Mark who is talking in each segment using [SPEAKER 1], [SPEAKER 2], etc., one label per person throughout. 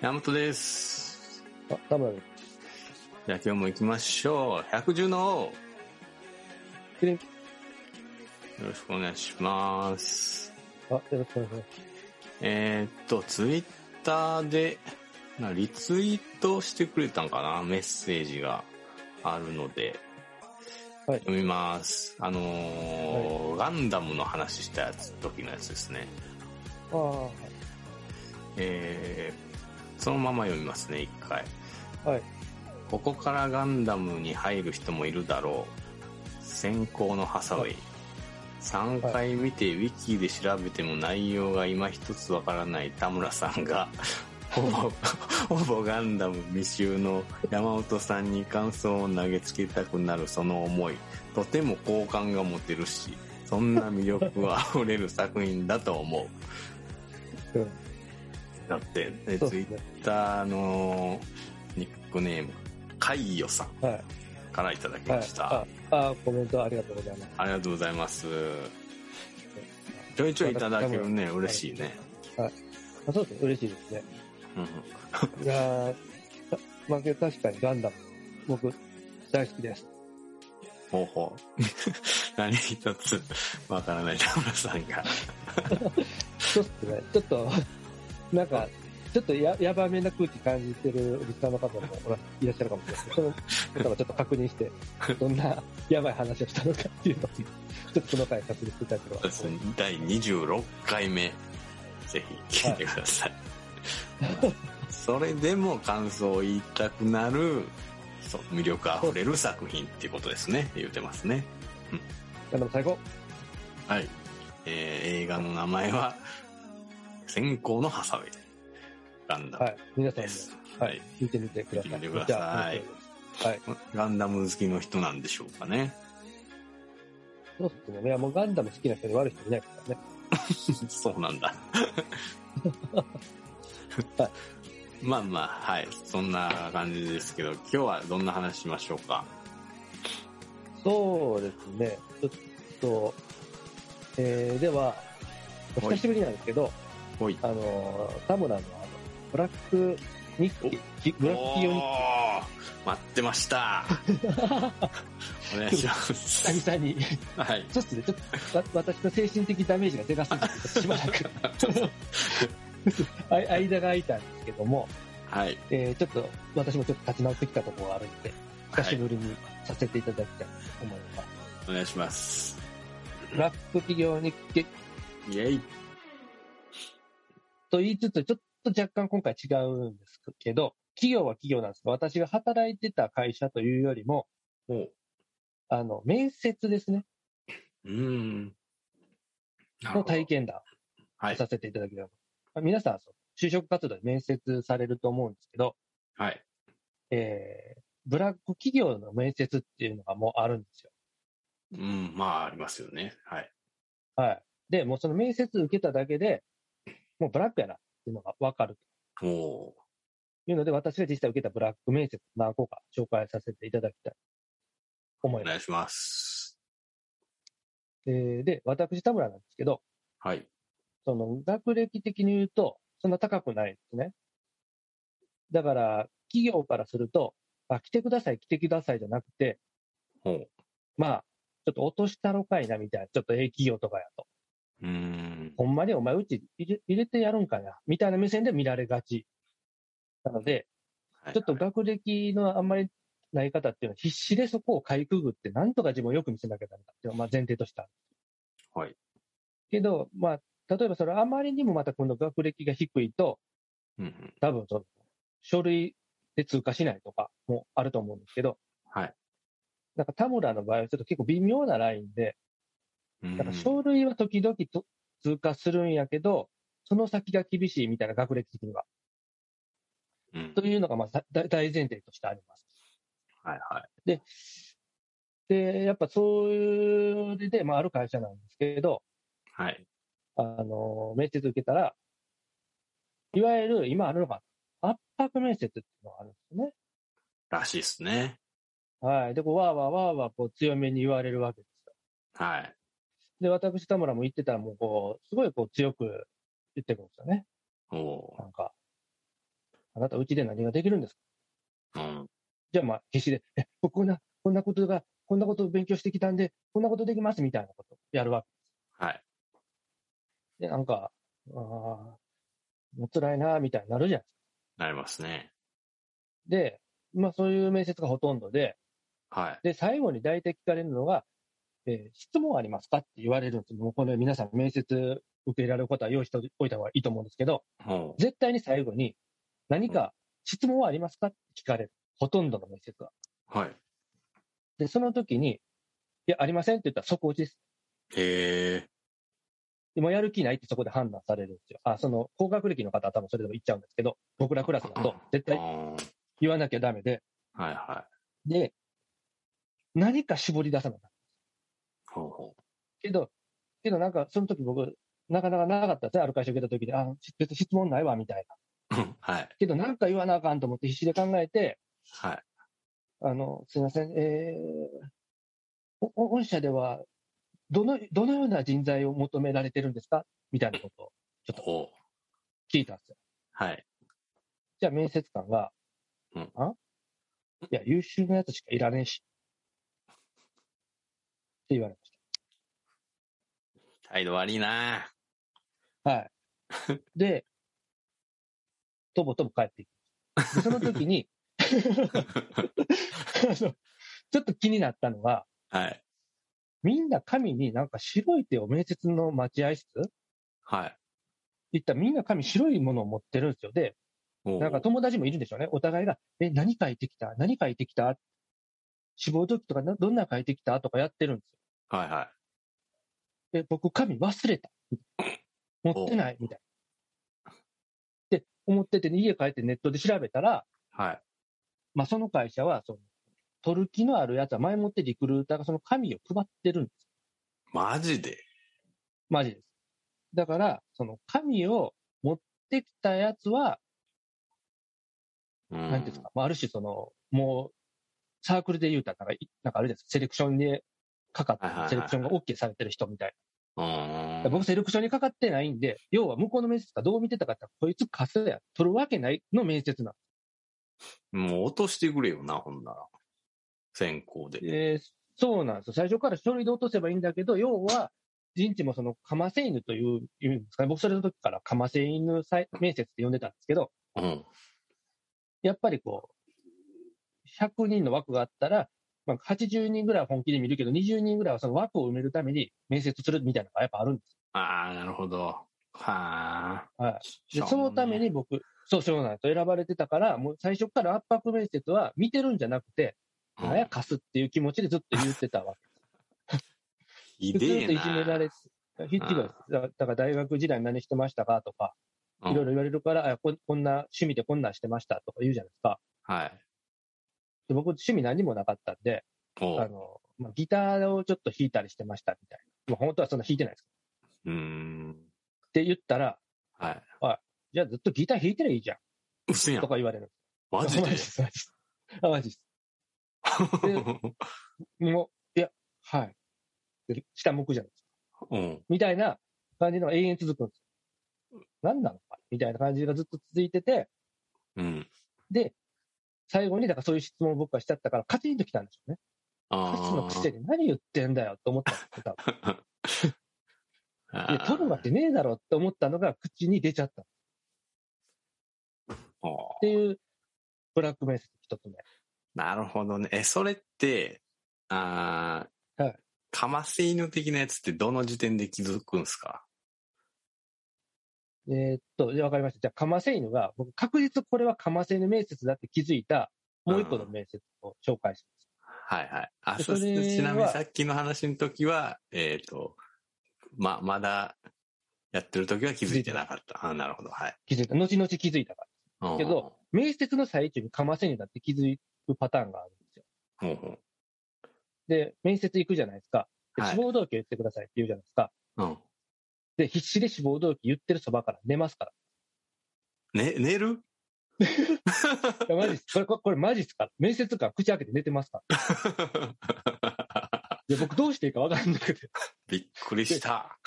[SPEAKER 1] 山本です。
[SPEAKER 2] あ、田村です。
[SPEAKER 1] じゃあ今日も行きましょう。百獣の王。
[SPEAKER 2] キリ
[SPEAKER 1] よ
[SPEAKER 2] ン
[SPEAKER 1] ろしくお願いします。
[SPEAKER 2] あ、よろしくお願いします。
[SPEAKER 1] えーっと、ツイッターで、なリツイートしてくれたんかなメッセージがあるので、
[SPEAKER 2] はい
[SPEAKER 1] 読みます。あのーガンダムの話したやつ、時のやつですね。
[SPEAKER 2] ああ、は
[SPEAKER 1] えーそのまま読みますね、一回。
[SPEAKER 2] い。はい。
[SPEAKER 1] ここからガンダムに入る人もいるだろう。先行のハサウェイ。3回見て、ウィキで調べても内容が今一つわからない田村さんが、ほぼ、ほぼガンダム未収の山本さんに感想を投げつけたくなるその思い。とても好感が持てるし、そんな魅力あふれる作品だと思う。
[SPEAKER 2] うん。
[SPEAKER 1] だって、ね、ツ
[SPEAKER 2] そう
[SPEAKER 1] イッ
[SPEAKER 2] ですね。
[SPEAKER 1] ターのニックネーム、カイヨさん
[SPEAKER 2] はい。
[SPEAKER 1] からいただき
[SPEAKER 2] は
[SPEAKER 1] ま
[SPEAKER 2] い
[SPEAKER 1] した。。
[SPEAKER 2] ああ、コメントありがとうございます。
[SPEAKER 1] ありがとうございます。ちょいちょいいただけるね、嬉しいね。
[SPEAKER 2] あそうですね。嬉しいですね。
[SPEAKER 1] うん
[SPEAKER 2] いやー、たまあ、けど確かにガンダム、僕、大好きです。
[SPEAKER 1] ほうほう。 何一つわからない田村さんが。
[SPEAKER 2] そうっすね。ちょっと、 なんか、ちょっとや、やばめな空気感じてるリスナーの方もおらいらっしゃるかもしれないです。その方はちょっと確 認して、どんなやばい話をしたのかっていうのを、ちょっとその回確認していただければ。
[SPEAKER 1] そうですね第26回目、ぜひ聞いてください。それでも感想を言いたくなる、そう魅力あふれる作品っていうことですね。言ってますね。
[SPEAKER 2] ガンダム最高
[SPEAKER 1] はい。えー映画の名前は、先行のハサウェイ。ガンダム
[SPEAKER 2] はい。皆さん
[SPEAKER 1] で
[SPEAKER 2] も、
[SPEAKER 1] す。
[SPEAKER 2] はい。見てみてください。
[SPEAKER 1] 見てみてください
[SPEAKER 2] じゃあはい。
[SPEAKER 1] ガンダム好きの人なんでしょうかね。
[SPEAKER 2] そうですね。いや、もうガンダム好きな人で悪い人いないからね。
[SPEAKER 1] そうなんだ。
[SPEAKER 2] はい
[SPEAKER 1] まあまあ、はい。そんな感じですけど、今日はどんな話しましょうか。
[SPEAKER 2] そうですね。ちょっと、えー、では、お
[SPEAKER 1] はい
[SPEAKER 2] 久しぶりなんですけど、
[SPEAKER 1] ほい。
[SPEAKER 2] あのー、田村のあの、ブラック日記、ぎブラック用に
[SPEAKER 1] おー待ってました。 お願いします。
[SPEAKER 2] 久々に、
[SPEAKER 1] はい。
[SPEAKER 2] ちょっとね、ちょっとわ、私の精神的ダメージがでかすぎて、しばらく、 あ間が空いたんですけども、
[SPEAKER 1] はい。
[SPEAKER 2] えー、ちょっと、私もちょっと立ち直ってきたところがあるんで、久
[SPEAKER 1] は
[SPEAKER 2] し
[SPEAKER 1] い。
[SPEAKER 2] ぶりにさせていただきたいと思います。
[SPEAKER 1] お願いします。
[SPEAKER 2] ブラック企業日記
[SPEAKER 1] イェイ。
[SPEAKER 2] と言いつつ、ちょっと若干今回違うんですけど、企業は企業なんですが、私が働いてた会社というよりも、
[SPEAKER 1] おう
[SPEAKER 2] あの、面接ですね、
[SPEAKER 1] うーん。なる
[SPEAKER 2] の
[SPEAKER 1] ほど
[SPEAKER 2] 体験談
[SPEAKER 1] は
[SPEAKER 2] を
[SPEAKER 1] い。
[SPEAKER 2] させていただきます。皆さん、そう就職活動で面接されると思うんですけど、
[SPEAKER 1] はい。
[SPEAKER 2] えー、ブラック企業の面接っていうのがもうあるんですよ。
[SPEAKER 1] うん、まあ、ありますよね。はい。
[SPEAKER 2] はい。で、もうその面接受けただけで、もうブラックやなっていうのがわかる
[SPEAKER 1] おお
[SPEAKER 2] というので、私が実際受けたブラック面接何個か紹介させていただきたいと思
[SPEAKER 1] ー
[SPEAKER 2] い
[SPEAKER 1] お
[SPEAKER 2] ます。
[SPEAKER 1] 願いします。
[SPEAKER 2] えーで、私、田村なんですけど、
[SPEAKER 1] はい。
[SPEAKER 2] その学歴的に言うと、そんな高くないですね。だから、企業からすると、あ、来てください、来てくださいじゃなくて、
[SPEAKER 1] おう
[SPEAKER 2] まあ、ちょっと落としたろかいなみたいな、ちょっと A 企業とかやと、
[SPEAKER 1] うーん。
[SPEAKER 2] ほんまにお前うち入れ入れてやるんかな、みたいな目線で見られがち。なので、
[SPEAKER 1] はい
[SPEAKER 2] ちょっと学歴のあんまりない方っていうのは必死でそこをかいくぐって、なんとか自分をよく見せなきゃダメだっていうのがまあ前提とした。
[SPEAKER 1] はい。
[SPEAKER 2] けど、まあ、例えばそれあまりにもまたこの学歴が低いと、
[SPEAKER 1] うんうん
[SPEAKER 2] 多分その、書類で通過しないとかもあると思うんですけど、
[SPEAKER 1] はい。
[SPEAKER 2] なんか田村の場合はちょっと結構微妙なラインで、
[SPEAKER 1] うん
[SPEAKER 2] なんか書類は時々と通過するんやけど、その先が厳しいみたいな学歴的には。
[SPEAKER 1] うん
[SPEAKER 2] というのがまあさ大大前提としてあります。
[SPEAKER 1] はいはい。
[SPEAKER 2] で、で、やっぱそういうで、まあ、ある会社なんですけど、
[SPEAKER 1] はい。
[SPEAKER 2] あの、面接受けたら、いわゆる今あるのが圧迫面接っていうのがあるんですね。
[SPEAKER 1] らしいですね。
[SPEAKER 2] はい。で、こう、わーわーわーわー、こう、強めに言われるわけですよ。
[SPEAKER 1] はい。
[SPEAKER 2] で、私、田村も言ってたら、もう、こう、すごい、こう、強く言ってくるんですよね。
[SPEAKER 1] おお
[SPEAKER 2] なんか、なたうちで何ができるんですか
[SPEAKER 1] うん。
[SPEAKER 2] じゃあまあ必死で、え、僕こんな、こんなことが、こんなことを勉強してきたんで、こんなことできますみたいなことやるわ
[SPEAKER 1] はい。
[SPEAKER 2] け。で、なんか、ああ、もう辛いな、みたいになるじゃん。
[SPEAKER 1] なりますね。
[SPEAKER 2] で、まあそういう面接がほとんどで、
[SPEAKER 1] はい。
[SPEAKER 2] で、最後に大体聞かれるのが、えー質問ありますかって言われるんですもうこれ皆さん面接受けられることは用意しておいた方がいいと思うんですけど、
[SPEAKER 1] ほ
[SPEAKER 2] 絶対に最後に何か質問はありますかって聞かれる。ほとんどの面接は。
[SPEAKER 1] う。はい。
[SPEAKER 2] で、その時に、いや、ありませんって言ったら即落ちです。
[SPEAKER 1] へえ。
[SPEAKER 2] でもうやる気ないってそこで判断されるんですよ。あ、その、高学歴の方は多分それでも言っちゃうんですけど、僕らクラスだと絶
[SPEAKER 1] あ
[SPEAKER 2] 対
[SPEAKER 1] ー
[SPEAKER 2] 言わなきゃダメで、
[SPEAKER 1] はいはい。
[SPEAKER 2] で、何か絞り出さなかった。
[SPEAKER 1] ほうほ
[SPEAKER 2] けど、けどなんかその時僕、なかなかなかったですね、ある会社受けた時で、あ、別に質問ないわ、みたいな。
[SPEAKER 1] う。 はい。
[SPEAKER 2] けどなんか言わなあかんと思って必死で考えて、
[SPEAKER 1] はい。
[SPEAKER 2] あの、すいません、えー、おお御社では、どの、どのような人材を求められてるんですかみたいなことを
[SPEAKER 1] ほう。
[SPEAKER 2] 聞いたんですよ
[SPEAKER 1] はい。
[SPEAKER 2] じゃあ面接官が、
[SPEAKER 1] うん
[SPEAKER 2] あいや、優秀なやつしかいらねえし。って言われまし
[SPEAKER 1] 態度悪いな
[SPEAKER 2] た。はい。で、とぼとぼ帰っていく。でその時に、あのちょっと気になったのが、
[SPEAKER 1] はい。
[SPEAKER 2] みんな紙になんか白い手を面接の待合室
[SPEAKER 1] はい。
[SPEAKER 2] 行ったらみんな紙白いものを持ってるんですよ。で、
[SPEAKER 1] ほう
[SPEAKER 2] なんか友達もいるんでしょうね。お互いが、え、何書いてきた何書いてきた死亡時とかなどんな書いてきたとかやってるんですよ
[SPEAKER 1] はいは
[SPEAKER 2] え、僕、紙忘れた。持ってないみたいな。って思ってて、家帰ってネットで調べたら、
[SPEAKER 1] い。はい。
[SPEAKER 2] まあ、その会社はその、取る気のあるやつは前もってリクルーターがその紙を配ってるんです。
[SPEAKER 1] マジで
[SPEAKER 2] マジです。だから、その紙を持ってきたやつは、
[SPEAKER 1] うん
[SPEAKER 2] なんていうんですか、まあ、ある種その、もう、サークルで言うたらなんかい、なんかあれです、セレクションにか
[SPEAKER 1] は
[SPEAKER 2] か
[SPEAKER 1] いはい
[SPEAKER 2] っ
[SPEAKER 1] は
[SPEAKER 2] て、
[SPEAKER 1] い
[SPEAKER 2] セレクションが OK されてる人みたいな。
[SPEAKER 1] う
[SPEAKER 2] だ
[SPEAKER 1] ん
[SPEAKER 2] から僕、セレクションにかかってないんで、要は向こうの面接がどう見てたかって言ったら、こいつカスや、取るわけないの面接なん
[SPEAKER 1] もう落としてくれよな、ほんなら。先行で。
[SPEAKER 2] でそうなんですよ。最初から書類で落とせばいいんだけど、要は、人知もその、かませ犬という、いうんですかね。僕、それの時からかませ犬再面接って呼んでたんですけど、
[SPEAKER 1] うん。
[SPEAKER 2] やっぱりこう、100人の枠があったら、まあ、80人ぐらいは本気で見るけど、20人ぐらいはその枠を埋めるために面接するみたいなのがやっぱあるんです
[SPEAKER 1] ああ、なるほど。はあ。
[SPEAKER 2] よ。はい。で、そのために僕、そうそうなんですよ選ばれてたから、もう最初から圧迫面接は見てるんじゃなくて、
[SPEAKER 1] うん、
[SPEAKER 2] あやかすっていう気持ちでずっと言ってたわけ
[SPEAKER 1] ひで
[SPEAKER 2] ずっと
[SPEAKER 1] え
[SPEAKER 2] い
[SPEAKER 1] な。
[SPEAKER 2] じめられて、ひっていうかだだから大学時代何してましたかとか、
[SPEAKER 1] うん
[SPEAKER 2] いろいろ言われるから、あこん、こんな趣味でこんなんしてましたとか言うじゃないですか。
[SPEAKER 1] はい。
[SPEAKER 2] で僕、趣味何もなかったんで、
[SPEAKER 1] お
[SPEAKER 2] あ
[SPEAKER 1] う
[SPEAKER 2] のまあ、ギターをちょっと弾いたりしてましたみたいな。まあ、本当はそんな弾いてないです。
[SPEAKER 1] うーん。
[SPEAKER 2] って言ったら、
[SPEAKER 1] はい。
[SPEAKER 2] じゃあずっとギター弾いてりゃいいじゃん
[SPEAKER 1] うせやん
[SPEAKER 2] と。か言われる。
[SPEAKER 1] マジ
[SPEAKER 2] マ
[SPEAKER 1] で
[SPEAKER 2] ジです、マジです。あマジです。もう、いや、はい。で下向くじゃないですか。
[SPEAKER 1] うん。
[SPEAKER 2] みたいな感じのが永遠続くんですよ。何なのかみたいな感じがずっと続いてて、
[SPEAKER 1] うん。
[SPEAKER 2] で、最後に、だからそういう質問を僕はしちゃったから、カチンと来たんでしょうね。
[SPEAKER 1] あ
[SPEAKER 2] カスのく
[SPEAKER 1] ー
[SPEAKER 2] せに何言ってんだよと思ったんですけど、
[SPEAKER 1] あ
[SPEAKER 2] いや
[SPEAKER 1] ー。
[SPEAKER 2] 取るわけねえだろって思ったのが口に出ちゃったっ
[SPEAKER 1] おう
[SPEAKER 2] ていう、ブラック面接一つ目。
[SPEAKER 1] なるほどね。え、それって、ああ、
[SPEAKER 2] はい
[SPEAKER 1] かませ犬的なやつってどの時点で気づくんすか
[SPEAKER 2] えーっと、じゃあわかりました。じゃあ、かませ犬が、僕確実これはかませ犬面接だって気づいた、もう一個の面接を紹介し
[SPEAKER 1] はいはい。あ、
[SPEAKER 2] で
[SPEAKER 1] そ
[SPEAKER 2] そ
[SPEAKER 1] し
[SPEAKER 2] れ
[SPEAKER 1] てちなみに
[SPEAKER 2] は
[SPEAKER 1] さっきの話の時は、えっ、と、ま、まだやってる時は気づいてなかった。あなるほど。はい。
[SPEAKER 2] ます。気づいた。後々気づいたから。
[SPEAKER 1] うん
[SPEAKER 2] けど、面接の最中にかませ犬だって気づくパターンがあるんですよ。
[SPEAKER 1] ほうほう
[SPEAKER 2] で、面接行くじゃないですか。で
[SPEAKER 1] はい
[SPEAKER 2] 志望動機を言ってくださいって言うじゃないですか。
[SPEAKER 1] うん。
[SPEAKER 2] で、必死で志望動機言ってるそばから寝ますから。
[SPEAKER 1] ね、寝る
[SPEAKER 2] いや、マジっす。これ、これこれマジっすから。面接官、口開けて寝てますから。いや、僕どう していいか分かんなくて。
[SPEAKER 1] びっくりした。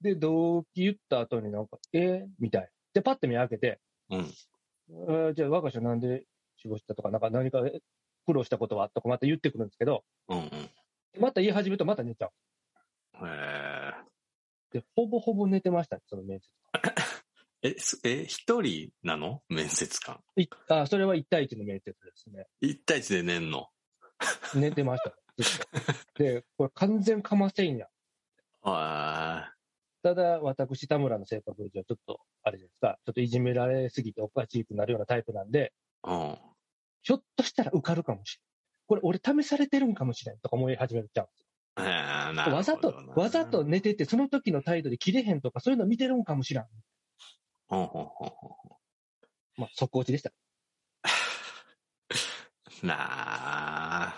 [SPEAKER 2] で、動機言った後になんか、えーみたいな。で、パッて目開けて、
[SPEAKER 1] うん。
[SPEAKER 2] えーじゃあ我が社なんで死亡したとか、なんか何かえ苦労したことはとかまた言ってくるんですけど、
[SPEAKER 1] うんうん。
[SPEAKER 2] また言い始めるとまた寝ちゃう。
[SPEAKER 1] え
[SPEAKER 2] で、ほぼほぼ寝てましたね、その面接。
[SPEAKER 1] ー、え、すえ、一人なの面接官。
[SPEAKER 2] いあそれは1対1の面接ですね。
[SPEAKER 1] 一対一で寝んの。
[SPEAKER 2] 寝てました。ずっとで、これ完全かませんや。
[SPEAKER 1] あ
[SPEAKER 2] ただ、私、田村の性格上、ちょっと、あれじゃないですか、ちょっといじめられすぎておかしくなるようなタイプなんで、
[SPEAKER 1] あ、うん。
[SPEAKER 2] ひょっとしたら受かるかもしれん。これ、俺試されてるんかもしれんとか思い始めちゃうんです
[SPEAKER 1] えーな
[SPEAKER 2] よ。わ
[SPEAKER 1] る
[SPEAKER 2] ざ
[SPEAKER 1] ほど
[SPEAKER 2] と
[SPEAKER 1] な、
[SPEAKER 2] わざと。寝てて、その時の態度で切れへんとか、そういうの見てるんかもしれん。
[SPEAKER 1] うんうんうん
[SPEAKER 2] まあ、速攻打ちでした。
[SPEAKER 1] うんなあ。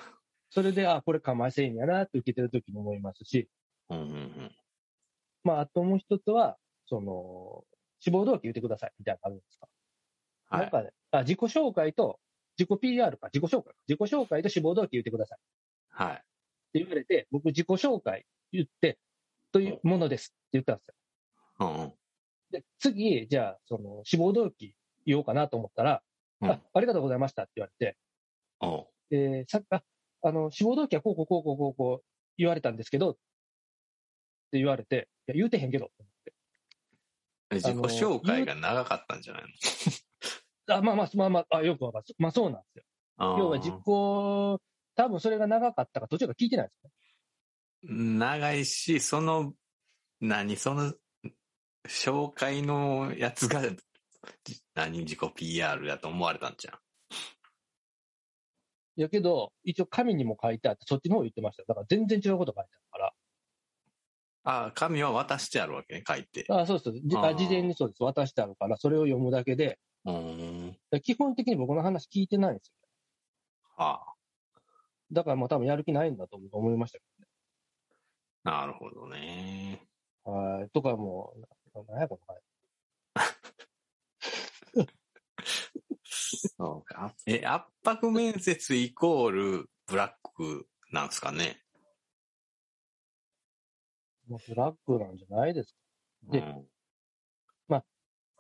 [SPEAKER 2] それで、あ、これかませんやなって受けてる時に思いますし、
[SPEAKER 1] うんうんうん。
[SPEAKER 2] まあ、あともう一つは、その、志望動機言ってくださいみたいなのあるんですか。
[SPEAKER 1] は
[SPEAKER 2] なん
[SPEAKER 1] い。
[SPEAKER 2] かね、あ、自己紹介と、自己 PR か、自己紹介か、自己紹介と志望動機言ってください
[SPEAKER 1] はい。
[SPEAKER 2] って言われて、僕自己紹介言って、というものですって言ったんですよ。
[SPEAKER 1] うんうん。
[SPEAKER 2] で、次、じゃあ、その、志望動機言おうかなと思ったら、
[SPEAKER 1] うん
[SPEAKER 2] あ、ありがとうございましたって言われ
[SPEAKER 1] おう
[SPEAKER 2] て、えー、さあ、あの、志望動機はこうこうこうこうこうこう言われたんですけど、って言われて、いや、言うてへんけど。
[SPEAKER 1] え自己紹介が長かったんじゃないの
[SPEAKER 2] あ、まあまあ、まあまあ、あよくわかる。まあそうなんですよ。
[SPEAKER 1] あー
[SPEAKER 2] 要は自己、多分それが長かったか途中から聞いてないんですね。
[SPEAKER 1] 長いし、その、何、その、紹介のやつが、じ何、自己 PR だと思われたんじゃん。
[SPEAKER 2] いやけど、一応紙にも書いてあって、そっちの方言ってましたよ。だから全然違うこと書いてあるか
[SPEAKER 1] ああ、紙は渡してあるわけね、書いて。
[SPEAKER 2] ら。あそうです。じ
[SPEAKER 1] あ
[SPEAKER 2] あ
[SPEAKER 1] ー
[SPEAKER 2] 事前にそうです。渡してあるから、それを読むだけで、
[SPEAKER 1] うーん。
[SPEAKER 2] だから基本的に僕の話聞いてないんですよ。
[SPEAKER 1] あ
[SPEAKER 2] だからもう多分やる気ないんだと僕は思いましたけ
[SPEAKER 1] あ、なるほどね。
[SPEAKER 2] ど。はい。とかもう、ななんやこの会
[SPEAKER 1] そうか。え、圧迫面接イコールブラックなんすかね。
[SPEAKER 2] もうブラックなんじゃないですか。
[SPEAKER 1] う
[SPEAKER 2] で
[SPEAKER 1] ん、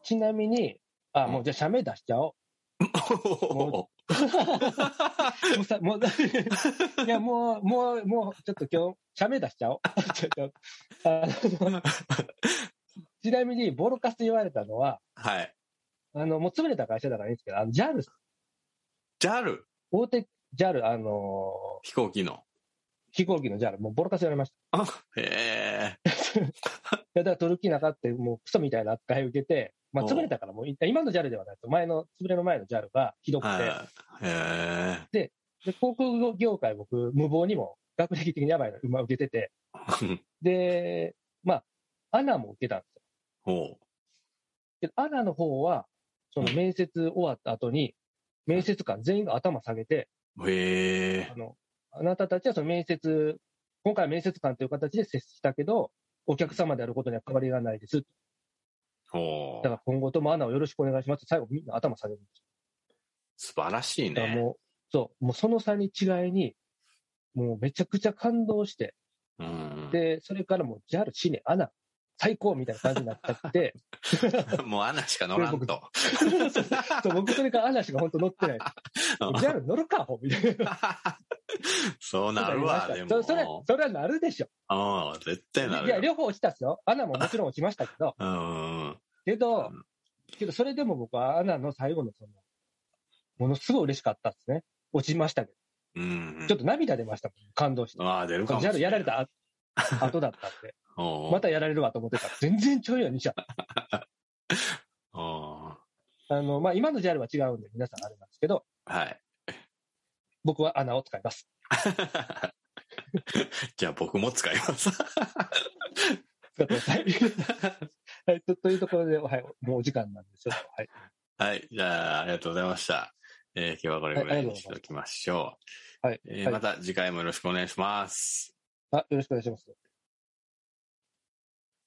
[SPEAKER 2] ちなみに、あ、もうじゃあ社名出しちゃおもう。もうさ、もう、いや、もう、 もう、もう、ちょっと今日、社名出しちゃおう。 ちょっと、あのちなみに、ボロカスと言われたのは、
[SPEAKER 1] はい。
[SPEAKER 2] あの、もう潰れた会社だからいいんですけど、あの、JAL、
[SPEAKER 1] JAL、
[SPEAKER 2] 大手 JAL、あの
[SPEAKER 1] 飛行機の。
[SPEAKER 2] ー飛行機の JAL、もうボロカス言われまし
[SPEAKER 1] あへえ。
[SPEAKER 2] た。いや、だからトルキーなかって、もうクソみたいな扱いを受けて、まあ、
[SPEAKER 1] おう
[SPEAKER 2] 潰れたからもう、今の JAL ではないと、前の、潰れの前の JAL がひどく
[SPEAKER 1] はい
[SPEAKER 2] て、
[SPEAKER 1] へ
[SPEAKER 2] で、航空業界僕、無謀にも、学歴的にやばいの、馬受けてて、
[SPEAKER 1] え。
[SPEAKER 2] で、まあ、アナも受けたんですよ。
[SPEAKER 1] おう。
[SPEAKER 2] けど、アナの方は、その面接終わった後に、面接官全員が頭下げて、
[SPEAKER 1] へえ
[SPEAKER 2] あ。の、あなたたちはその面接、今回は面接官という形で接したけど、お客様であることには変わりがないです。
[SPEAKER 1] お
[SPEAKER 2] だ
[SPEAKER 1] う
[SPEAKER 2] から今後ともアナをよろしくお願いします。最後みんな頭下げるんです
[SPEAKER 1] 素晴らしい
[SPEAKER 2] よ。だから
[SPEAKER 1] ね。
[SPEAKER 2] もう、そう、もうその差に違いに、もうめちゃくちゃ感動して、
[SPEAKER 1] うん、
[SPEAKER 2] で、それからもう JAL、シネ、アナ、最高みたいな感じになっちゃ って、
[SPEAKER 1] もう穴しか乗らんと。
[SPEAKER 2] そう僕それからアナしか本当乗ってない。JAL 乗るか、ほみたいな。
[SPEAKER 1] そうなるわ、で
[SPEAKER 2] そそれ
[SPEAKER 1] も。、
[SPEAKER 2] それはなるでしょ。
[SPEAKER 1] うん、絶対ないる
[SPEAKER 2] や、
[SPEAKER 1] よ。
[SPEAKER 2] 両方落ちたっすよ。アナももちろん落ちましたけど、
[SPEAKER 1] うん。
[SPEAKER 2] けど
[SPEAKER 1] う、
[SPEAKER 2] けどそれでも僕はアナの最後のその、ものすごい嬉しかったですね。落ちましたけ
[SPEAKER 1] うん。
[SPEAKER 2] ど、ちょっと涙出ましたもん、感動して。
[SPEAKER 1] ああ、出るかもしれ
[SPEAKER 2] JAL
[SPEAKER 1] ない。
[SPEAKER 2] やられたあ後だったんで、
[SPEAKER 1] おう。
[SPEAKER 2] またやられるわと思ってたら、全然ちょいよ、2社。
[SPEAKER 1] おう
[SPEAKER 2] あの、まあ、今の JAL は違うんで、皆さんあれなんですけど、
[SPEAKER 1] はい。
[SPEAKER 2] 僕はアナを使います。
[SPEAKER 1] じゃあ僕も使い ます。
[SPEAKER 2] 使ってください。はい、とというところで、はい、もうお時間なんですよ。はい。
[SPEAKER 1] はい。じゃあ、ありがとうございました。えー今日はこれぐらいにしておきましょ
[SPEAKER 2] はい。
[SPEAKER 1] う。えー
[SPEAKER 2] はい
[SPEAKER 1] また次回もよろしくお願いします。
[SPEAKER 2] あ、よろしくお願いします。